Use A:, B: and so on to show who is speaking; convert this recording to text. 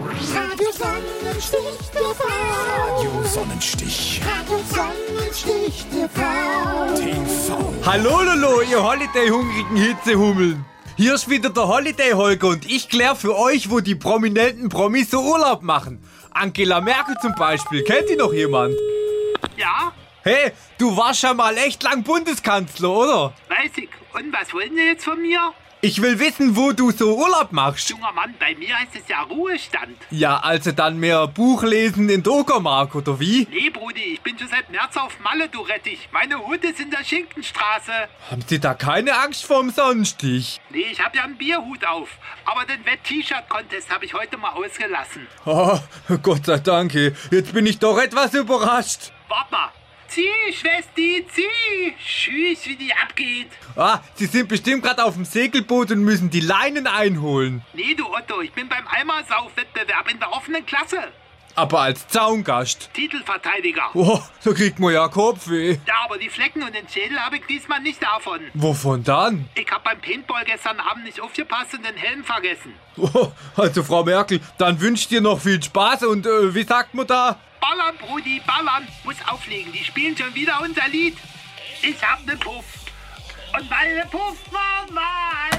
A: Radio Sonnenstich TV.
B: Radio Sonnenstich.
A: Radio Sonnenstich TV.
B: TV.
C: Hallo Lolo, ihr Holiday-hungrigen Hitzehummeln. Hier ist wieder der Holiday-Holger und ich klär für euch, wo die prominenten Promis so Urlaub machen. Angela Merkel zum Beispiel, kennt die noch jemand?
D: Ja,
C: Hey, du warst ja mal echt lang Bundeskanzler, oder?
D: weiß ich. Und was wollen Sie jetzt von mir?
C: Ich will wissen, wo du so Urlaub machst.
D: Junger Mann, bei mir heißt es ja Ruhestand.
C: Ja, also dann mehr Buch lesen in der Uckermark, oder wie?
D: Nee, Brudi, ich bin schon seit März auf Malle, du Rettich. Meine Hut ist in der Schinkenstraße.
C: Haben Sie da keine Angst vorm Sonnenstich?
D: Nee, ich hab ja einen Bierhut auf. Aber den Wett-T-Shirt-Contest habe ich heute mal ausgelassen.
C: Oh, Gott sei Dank, ey. jetzt bin ich doch etwas überrascht.
D: Wart mal. Zieh, Schwesti, zieh. Tschüss, wie die abgeht.
C: Ah, Sie sind bestimmt gerade auf dem Segelboot und müssen die Leinen einholen.
D: Nee, du Otto, ich bin beim Eimersauf-Wettbewerb in der offenen Klasse.
C: Aber als Zaungast.
D: Titelverteidiger.
C: Oh, da kriegt man ja Kopfweh.
D: Ja, aber die Flecken und den Schädel habe ich diesmal nicht davon.
C: Wovon dann?
D: Ich hab beim Paintball gestern Abend nicht aufgepasst und den Helm vergessen.
C: Oh, also Frau Merkel, dann wünscht ihr noch viel Spaß und äh, wie sagt man da?
D: Ballern, Brudi, ballern. Muss auflegen. Die spielen schon wieder unser Lied. Ich hab ne Puff. Und meine Puff war mal.